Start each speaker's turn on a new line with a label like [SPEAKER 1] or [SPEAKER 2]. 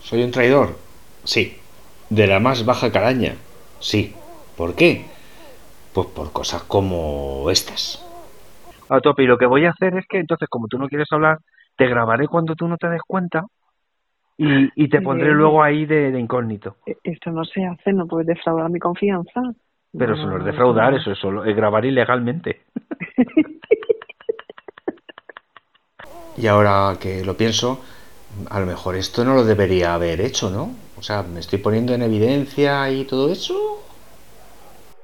[SPEAKER 1] ¿Soy un traidor? Sí. ¿De la más baja calaña? Sí. ¿Por qué? Pues por cosas como estas.
[SPEAKER 2] A tope, y lo que voy a hacer es que entonces, como tú no quieres hablar, te grabaré cuando tú no te des cuenta y, y te pondré
[SPEAKER 3] Eh,
[SPEAKER 2] luego ahí de, de incógnito.
[SPEAKER 3] E- Esto no se hace, no puedes defraudar mi confianza.
[SPEAKER 2] Pero eso no es defraudar, eso es solo es grabar ilegalmente.
[SPEAKER 1] Y ahora que lo pienso, a lo mejor esto no lo debería haber hecho, ¿no? O sea, me estoy poniendo en evidencia y todo eso.